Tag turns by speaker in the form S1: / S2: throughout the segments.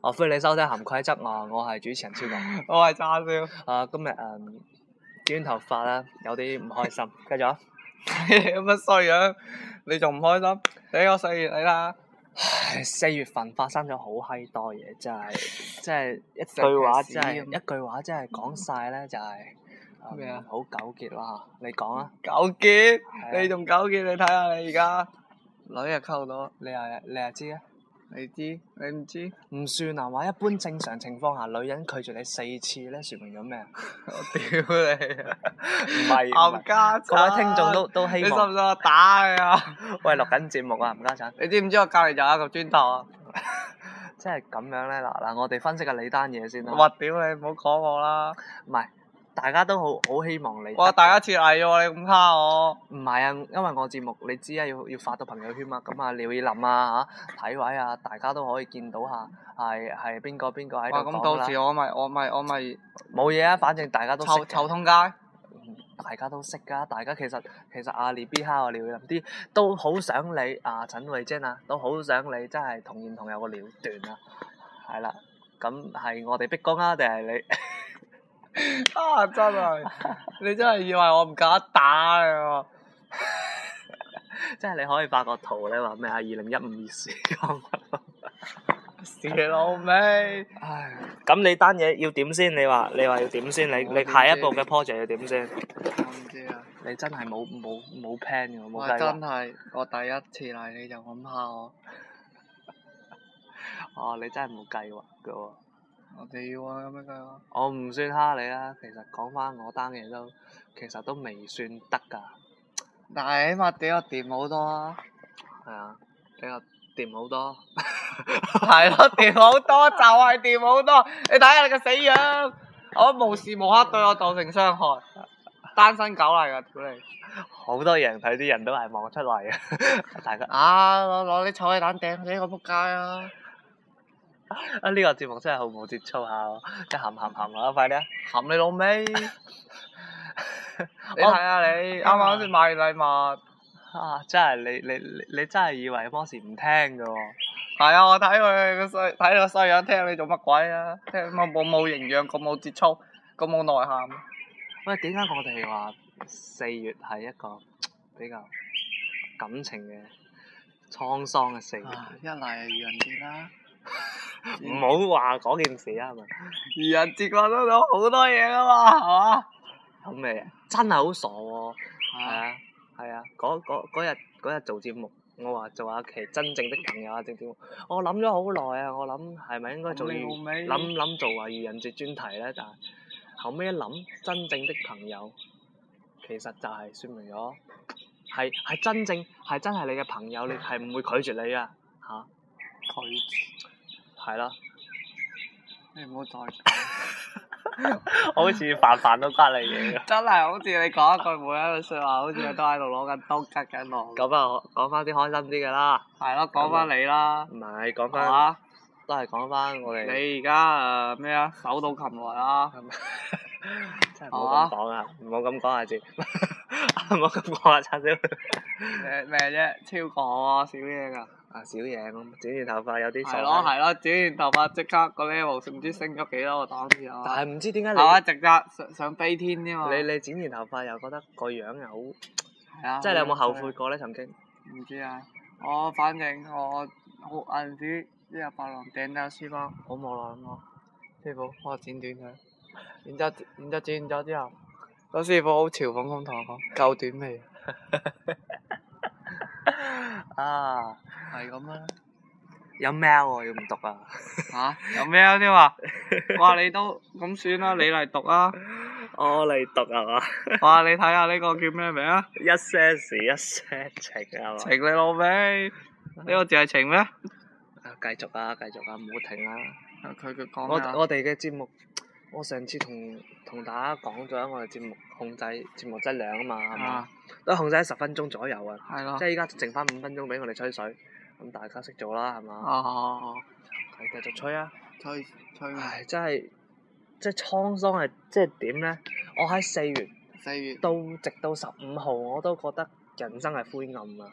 S1: 啊，歡迎你收聽《含規則》啊，我係主持人超 人。
S2: 我係叉燒，
S1: 啊，今日誒剪完頭髮啦，有啲唔開心。 繼續啊，
S2: 咁乜衰樣？你仲唔開心？你我四月你啦，
S1: 唉四月份發生咗好閪多嘢，真係真係一句話真係一句話真係講晒咧，就係嗯
S2: 咩啊
S1: 好糾結啦嚇。你講啊，
S2: 糾結，
S1: 係啊
S2: 你仲糾結？你睇下你而家女又啊溝到，
S1: 你又你又知啊？
S2: 你知你唔 知？
S1: 唔算難話，一般正常情況下，女人拒絕你四次咧，説明咗咩啊？
S2: 我屌你啊！
S1: 唔係唔
S2: 冚
S1: 係
S2: 家
S1: 各
S2: 鏟
S1: 位聽眾都都
S2: 你
S1: 希
S2: 信
S1: 望
S2: 唔，信我打你啊？
S1: 喂錄緊節目啊，冚家產。
S2: 你知唔知我隔離就有一個磚頭啊？
S1: 即係咁樣咧，嗱嗱，我哋分析下你單嘢先啦。
S2: 我屌你，唔好講我啦！
S1: 唔係，大家都好好希望你。
S2: 哇，大家切嚟喎，你咁蝦我，
S1: 唔係啊，因為我節目你知啊，要要發到朋友圈啊，咁啊，廖以林啊嚇睇位啊，大家都可以見到下係係邊個邊個喺
S2: 哇！
S1: 度
S2: 咁
S1: 講
S2: 到時
S1: 啦。
S2: 我咪我咪我咪
S1: 冇嘢啊，反正大家都識嘅
S2: 臭
S1: 嗯
S2: 臭通街，
S1: 大家都識㗎，大家其實其實阿列 B 蝦啊、廖以林啲都好想你啊，陳慧晶啊，都好想你真係同現同有個了斷啊，係啦，咁係我哋逼供啊，定係你？
S2: 啊！真係，你真係以為我唔夠得打你喎？
S1: 即係你可以發個圖咧，話咩啊？二零一五熱時光。
S2: 死你老味！
S1: 唉，咁你單嘢要點先？你話你話要點先？你
S2: 我
S1: 你
S2: 點
S1: 下一步
S2: 先
S1: 嘅 project 要點先？
S2: 我唔知啊，
S1: 你真係冇冇冇 plan 嘅，冇
S2: 我
S1: 計
S2: 真
S1: 劃。
S2: 係我第一次嚟你就咁蝦我，
S1: 哦，你真係冇計劃嘅喎。
S2: 我哋要啊咁樣計啊！
S1: 我唔算蝦你啦，其實講翻我單嘢都，其實都未算得㗎。
S2: 但係起碼屌我掂好多啊！
S1: 係啊，比較掂好多。
S2: 係咯，掂好多就係掂好多，你睇下你個死樣，我無時無刻對我造成傷害，單身狗嚟㗎，屌你！
S1: 好多人睇啲人都係望出嚟嘅， 大家
S2: 啊，攞攞啲臭雞蛋掟死我仆街 啊！
S1: 啊呢、個節目真係好冇節操下喎，即係含含含啦，快啲啊！
S2: 含你老味！你睇下你啱啱先買完禮物。
S1: 啊！真係你你你你真係以為摩士唔聽嘅喎，
S2: 係啊，我睇佢個衰，睇你個衰樣，聽你做乜鬼啊？聽冇冇冇營養，咁冇節操，咁冇內涵。
S1: 喂點解我哋話四月係一個比較感情嘅滄桑嘅四月？
S2: 啊一嚟係愚人節啦，
S1: 啊唔好話嗰件事啊，係咪？
S2: 愚人節講得到好多嘢噶嘛，係嘛？
S1: 咁咩啊？真係好傻喎！係
S2: 係啊
S1: 啊，係啊，嗰嗰嗰日嗰日做節目，我話做下期真正的朋友啊，正節目。我諗咗好耐啊，我諗係咪應該做
S2: 咁你
S1: 愚
S2: 老味
S1: 諗諗做話愚人節專題咧？但係後尾一諗，真正的朋友其實就係説明咗係係真正係真係你嘅朋友，你係唔會拒絕你啊嚇，
S2: 拒絕，
S1: 係啦。
S2: 你唔好再講。
S1: 好似凡凡都關你嘢㗎。
S2: 真係好似你講一句每一句説話，好似你都喺度攞緊刀吉緊我。
S1: 咁啊，講翻啲開心啲嘅啦，
S2: 係咯，講翻你啦，
S1: 唔係講
S2: 係
S1: 翻
S2: 嘛？
S1: 都係講翻我哋。
S2: 你而家誒咩啊？手到擒來啊啦！
S1: 真係唔好咁講啊！唔好咁講啊，字， 唔好咁講啊，叉燒。
S2: 咩咩啫？超過我啊少嘢㗎。
S1: 啊，小嘢咁剪完頭髮有啲
S2: 係
S1: 傻
S2: 咯
S1: 閪。
S2: 係咯，剪完頭髮即刻個 level 唔知升級幾多個檔次
S1: 但
S2: 啊！
S1: 係唔知點解
S2: 係啊，啊
S1: 你
S2: 直刻上上飛天添嘛！
S1: 你你剪完頭髮又覺得個樣又好，
S2: 係啊，
S1: 即係你有冇後悔？過咧？曾經
S2: 唔知啊，我反正我好有陣時一日白狼掟低個書包，好無奈咁咯。師傅，幫我剪短佢，然之後然之後剪咗之後，個師傅好嘲諷咁同我講：夠短未？
S1: 啊，
S2: 係咁啦。
S1: 有喵喎，要唔讀啊？
S2: 嚇？有咩啊？你話？哇！你都咁算啦，你嚟讀啊！
S1: 我嚟讀啊嘛，
S2: 哇！你睇下呢個叫咩名啊？
S1: 一些事一些情啊嘛
S2: 情。你老味，呢個字係情咩？
S1: 啊，繼續啊，繼續啊，唔好停啊！
S2: 佢佢
S1: 我
S2: 講啊
S1: 我哋嘅節目，我上次同同大家講咗，我哋節目控制節目質量啊嘛，係嘛
S2: 啊？，
S1: 都控制喺十分鐘左右啊。
S2: 係咯
S1: 即，係依家剩翻五分鐘俾我哋吹水，咁大家識做啦，係嘛？
S2: 哦，
S1: 係繼續吹啊！
S2: 吹吹
S1: 唉，真係即係滄桑係即係點咧？我喺四月
S2: 四月
S1: 到直到十五號，我都覺得人生係灰暗啊！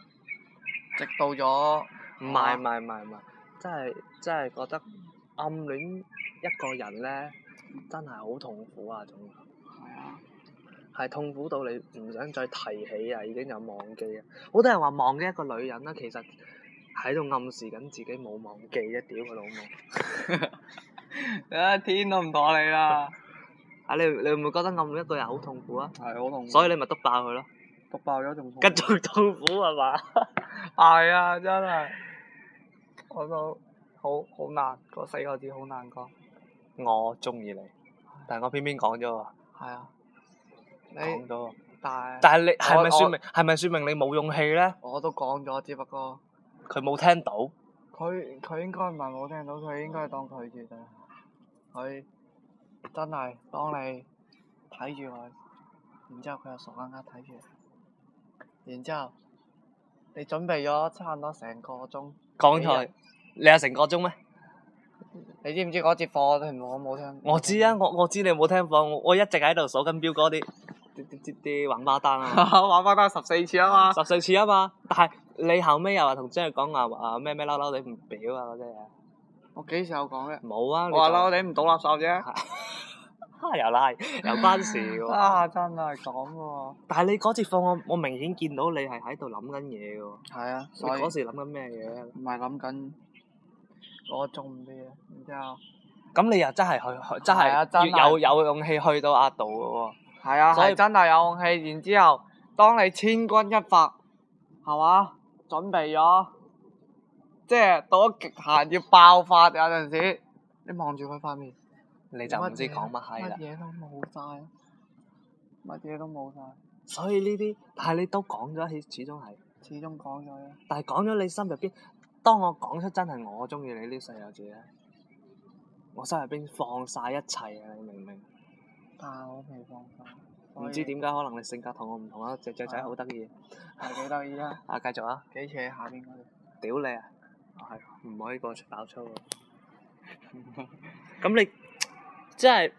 S2: 直到咗，
S1: 唔係
S2: 啊
S1: 哦唔係唔係唔係，真係真係覺得暗戀一個人咧，真係好痛苦啊！仲
S2: 係啊，
S1: 係痛苦到你唔想再提起啊，已經有忘記啊！好多人話忘記一個女人啦，其實喺度暗示緊自己冇忘記嘅，屌佢老母！
S2: 一天都唔妥你啦，
S1: 啊，你你會唔會覺得暗戀一個人好痛苦啊？
S2: 係好痛苦。
S1: 所以你咪篤爆佢咯，
S2: 讀爆咗仲痛 苦。
S1: 繼續痛苦係嘛？
S2: 係啊，真係，我都好好難，嗰四個字好難講。
S1: 我中意你，但係我偏偏講咗喎，
S2: 係啊，
S1: 講咗
S2: 你
S1: 喎。
S2: 但係
S1: 但係你係咪
S2: 我
S1: 説明係咪説明你冇勇氣咧？
S2: 我都講咗，只不過
S1: 佢冇聽到，
S2: 佢佢應該唔係冇聽到，佢應該係當拒絕啫。佢真係當你睇住佢，然之後佢又傻更更睇住你，然之後你準備咗差唔多成個鐘，
S1: 講
S2: 哎
S1: 錯。你有成個鐘咩？
S2: 你知唔知嗰節課我聽我冇聽？
S1: 我知
S2: 嗯
S1: 啊，我我知你冇聽課，我我一直喺度數緊彪哥啲啲啲啲啲王八蛋 啊！
S2: 玩翻單十四次啊嘛。
S1: 十四次啊嘛，但係你後尾又話同張宇講話話咩咩嬲嬲你唔表啊嗰啲嘢，
S2: 我幾時有講嘅？
S1: 冇啊！
S2: 我話嬲你唔倒垃圾啫。
S1: 嬲，又拉又關事喎。
S2: 啊，真係咁喎。
S1: 但係你嗰節課我我明顯見到你係喺度諗緊嘢嘅喎，
S2: 係啊，
S1: 你
S2: 所以
S1: 嗰時諗緊咩嘢？啊
S2: 唔係諗緊我中唔啲嘢，然之後
S1: 咁你又真係去去真
S2: 係啊真
S1: 係
S2: 係
S1: 要有有勇氣去到阿杜嘅
S2: 係啊，
S1: 所以
S2: 係真係有勇氣。然之後，當你千鈞一發，係嘛？準備咗，即係到咗極限要爆發有陣時，你望住佢塊面，
S1: 喎，你就唔知講乜閪
S2: 乜
S1: 啦。
S2: 嘢啊都冇晒，啊乜嘢都冇晒，
S1: 所以呢啲，但係你都講咗起，始終係，
S2: 始終講咗啦。
S1: 但係講咗你心入邊。當我講出真係我中意你呢四個字咧，啊我心入邊放晒一切啊！你明唔明？
S2: 但係我未放手，所以
S1: 唔知點解，可能你性格同我唔同啦，隻雀仔好得意。
S2: 係幾得意啊！
S1: 啊，繼續啊！
S2: 幾似喺下邊嗰度。
S1: 屌你啊！係唔可以過出爆粗喎。啊咁你即係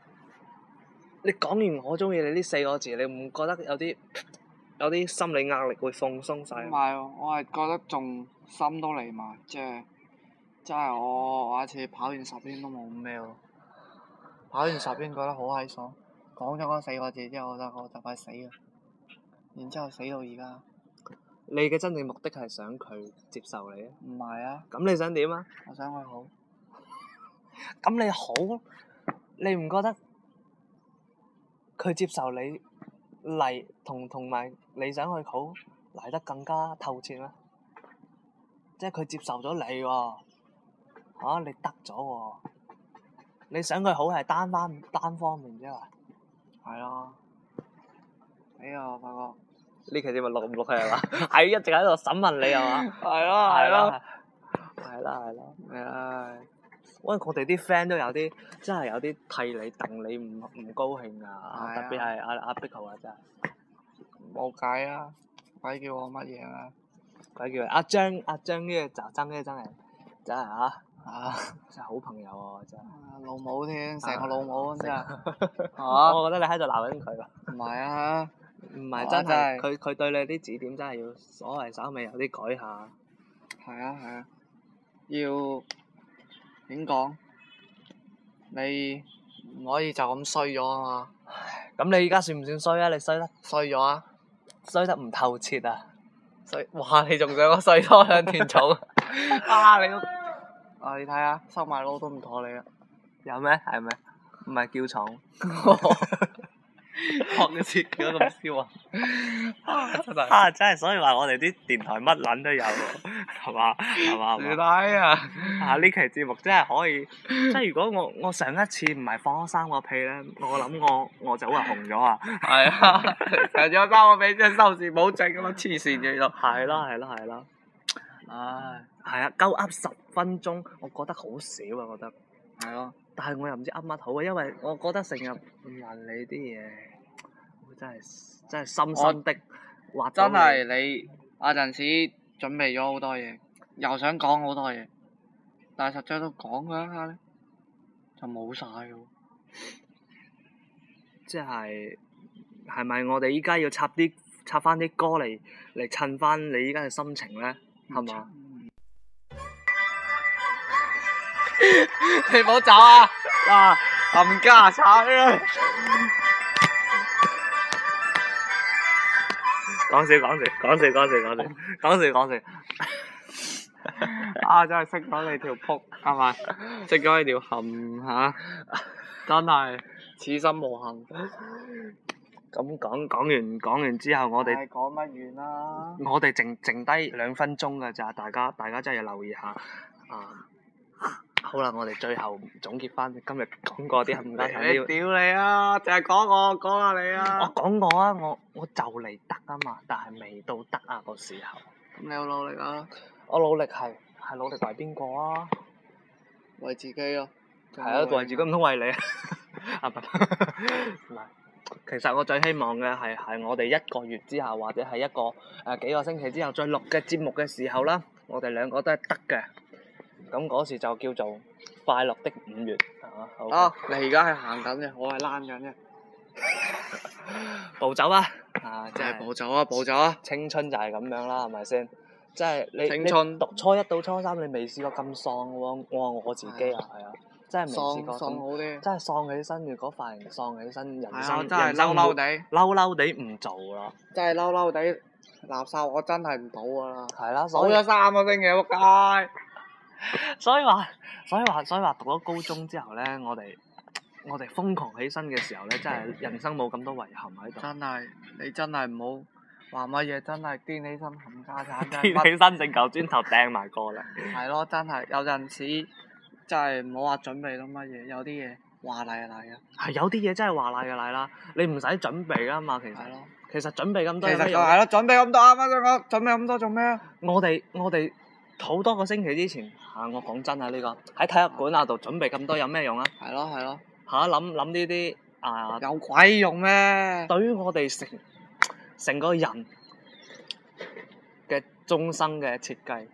S1: 你講完我中意你呢四個字，你唔覺得有啲有啲心理壓力會放鬆晒
S2: 唔
S1: 啊？
S2: 係喎，我係覺得仲心都嚟埋，即係即係我我有一次跑完十圈都冇咩喎，跑完十圈覺得好閪爽，講咗嗰四個字之後，我就我就快死啦，然之後死到而家，
S1: 你嘅真正目的係想佢接受你啊？
S2: 唔係啊，
S1: 咁你想點啊？
S2: 我想佢好，
S1: 咁你好，你唔覺得佢接受你嚟同同埋你想去好嚟得更加透徹咩？即係佢接受咗你喎、嚇、你得咗喎、你想佢好係單方單方面啫嘛？
S2: 係咯，死啊！我發覺
S1: 呢期節目錄唔錄係嘛？ 係一直喺度審問你係嘛？
S2: 係咯
S1: 係咯，係啦係啦。
S2: 唉，
S1: 喂，我哋啲 friend 都有啲真係有啲替你戥你唔唔高興啊！
S2: 係
S1: 特
S2: 啊
S1: 別係阿阿碧球啊，真係
S2: 冇計啊，鬼叫我乜嘢啊！
S1: 鬼叫佢啊阿張阿張呢個就真嘅真係真係啊！
S2: 啊，
S1: 真係好朋友啊！真係，
S2: 老母添，成個老母咁真係，嚇
S1: 我覺得你喺度鬧緊佢咯，
S2: 唔係啊！
S1: 啊唔
S2: 啊
S1: 係真
S2: 真
S1: 係
S2: 係
S1: 佢佢對你啲指點真係要所謂稍微有啲改下，
S2: 係啊係啊，要點講？你唔可以就咁衰咗啊嘛！
S1: 咁你而家算唔算衰啊？你衰得
S2: 衰咗啊！
S1: 衰得唔透徹 啊！
S2: 衰 哇！你仲想我衰多兩段草啊！你都 啊！你睇下收埋撈都唔妥你啦！啊
S1: 有咩係咩？唔係叫廠，
S2: 學嘅設計咁笑啊！真 係
S1: 啊！真係所以話我哋啲電台乜撚都有喎，係嘛係嘛
S2: 你睇啊！
S1: 啊！呢期節目真係可 以，即係如果我我上一次唔係放咗三個屁咧，我諗我我就話紅咗啊！
S2: 係啊！成咗三個俾真收視冇剩咁啊！黐線嘅都
S1: 係啦係啦係啦，
S2: 唉
S1: 係啊！鳩噏十分鐘，我覺得好少啊，我覺得。
S2: 係咯，
S1: 但係我又唔知噏乜好啊，因為我覺得成日問你啲嘢，我真係真係深深的挖到
S2: 真
S1: 你
S2: 係你有陣時準備咗好多嘢，又想講好多嘢，但係實際到講嗰一刻咧，就冇晒咯。
S1: 即係係咪我哋依家要插啲插翻啲歌嚟嚟襯翻你依家嘅心情咧？係嘛？
S2: 你唔好走啊！嗱，冚家鏟啊！
S1: 講笑講笑講笑講笑講笑 講笑講笑，
S2: 啊，真係識咗你條撲，係咪？識咗你條冚嚇，真係此生無憾。
S1: 咁講講完講完之後，我哋
S2: 係講乜完啦？
S1: 我哋剩剩低兩分鐘㗎咋，大家大家真係要留意下啊！好啦，我哋最後總結翻今日講過啲冚家產呢
S2: 你屌你啊！淨係講我，講下你啊！
S1: 我講過啊，我我就嚟得啊嘛，但係未到得啊個時候。
S2: 咁你好努力啊，
S1: 我努力係係努力為邊個啊？
S2: 為自己啊。
S1: 係啊，為自己唔通為 你啊？啊唔 係唔係，其實我最希望嘅係係我哋一個月之後，或者係一個誒、呃、幾個星期之後再錄嘅節目嘅時候啦，我哋兩個都係得嘅。咁嗰時就叫做快樂的五月啊！好
S2: 啊！你而家係行緊嘅，我係躝緊嘅，
S1: 步走啊！啊，
S2: 即
S1: 即
S2: 係
S1: 係
S2: 暴走啊，暴走啊！
S1: 青春就係咁樣啦，係咪先？即係你
S2: 青
S1: 你
S2: 春
S1: 讀初一到初三，你未試過咁喪嘅喎。我話我自己啊，係啊，真係未
S2: 喪
S1: 試過
S2: 喪
S1: 咁
S2: 好啲。
S1: 真係喪起身，如果髮型喪起身，人
S2: 係啊，
S1: 生
S2: 我真係
S1: 人生
S2: 嬲嬲地，
S1: 嬲嬲地唔做啦，
S2: 真係嬲嬲地，垃圾我真係唔到噶啦。
S1: 係啦，
S2: 走
S1: 所以
S2: 咗三個星期，仆街！
S1: 所以話所以話所以話讀咗高中之後咧，我哋我哋瘋狂起身嘅時候咧，真係人生冇咁多遺憾喺度。
S2: 真係，你真係唔好話乜嘢，真係癲起身冚家 產，真係
S1: 起
S2: 乜
S1: 身成嚿磚頭掟埋過嚟，
S2: 係咯，真係有陣時真係唔好話準備到乜嘢，有啲嘢話嚟就嚟啊，
S1: 係有啲嘢真係話賴就賴啦，你唔使準備噶嘛，其
S2: 係
S1: 實
S2: 咯。
S1: 其實準備咁
S2: 其
S1: 多有
S2: 實
S1: 咩
S2: 就
S1: 用
S2: 係咯，準備咁多啊！乜想講準備咁多做咩啊？
S1: 我哋我哋好多個星期之前啊，我講真啊，呢、個喺體育館啊度準備咁多有咩用啊？
S2: 係咯係咯，
S1: 嚇諗諗呢啲啊，
S2: 有鬼用咩？
S1: 對於我哋成成個人嘅終生嘅設計，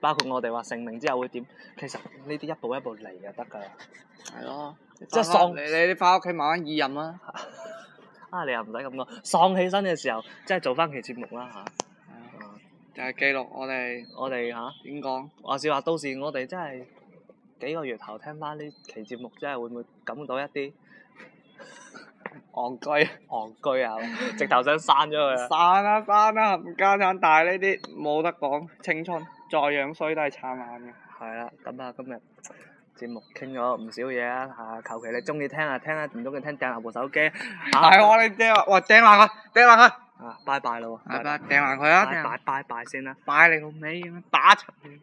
S1: 包括我哋話成名之後會點，其實呢啲一步一步嚟就得㗎啦。
S2: 係咯，
S1: 即係喪
S2: 啊你你你翻屋企慢慢意淫啦。
S1: 啊，你又唔使咁講，喪起身嘅時候，即係做翻期節目啦嚇、啊
S2: 就係記錄我哋
S1: 我哋嚇、啊，
S2: 點講，
S1: 話是話到時我哋真係幾個月後聽翻呢期節目，真係會唔會感到一啲？
S2: 戇居，
S1: 戇居啊，直頭想刪咗佢啊。
S2: 散啦散啦，冚家產，但係呢啲冇得講，青春再樣衰都係燦爛嘅。
S1: 係啦，咁啊，今日節目傾咗唔少嘢啦，嚇，求其你中意聽啊聽啊，唔中意聽掟下部手機。啊
S2: 係啊我哋掟，哇掟爛佢，掟爛佢，
S1: 啊，拜拜啦喎，
S2: 係啦，掟爛佢啊，
S1: 拜
S2: 掟爛
S1: 拜拜拜先啦。
S2: 擺你個尾咁樣打柒你。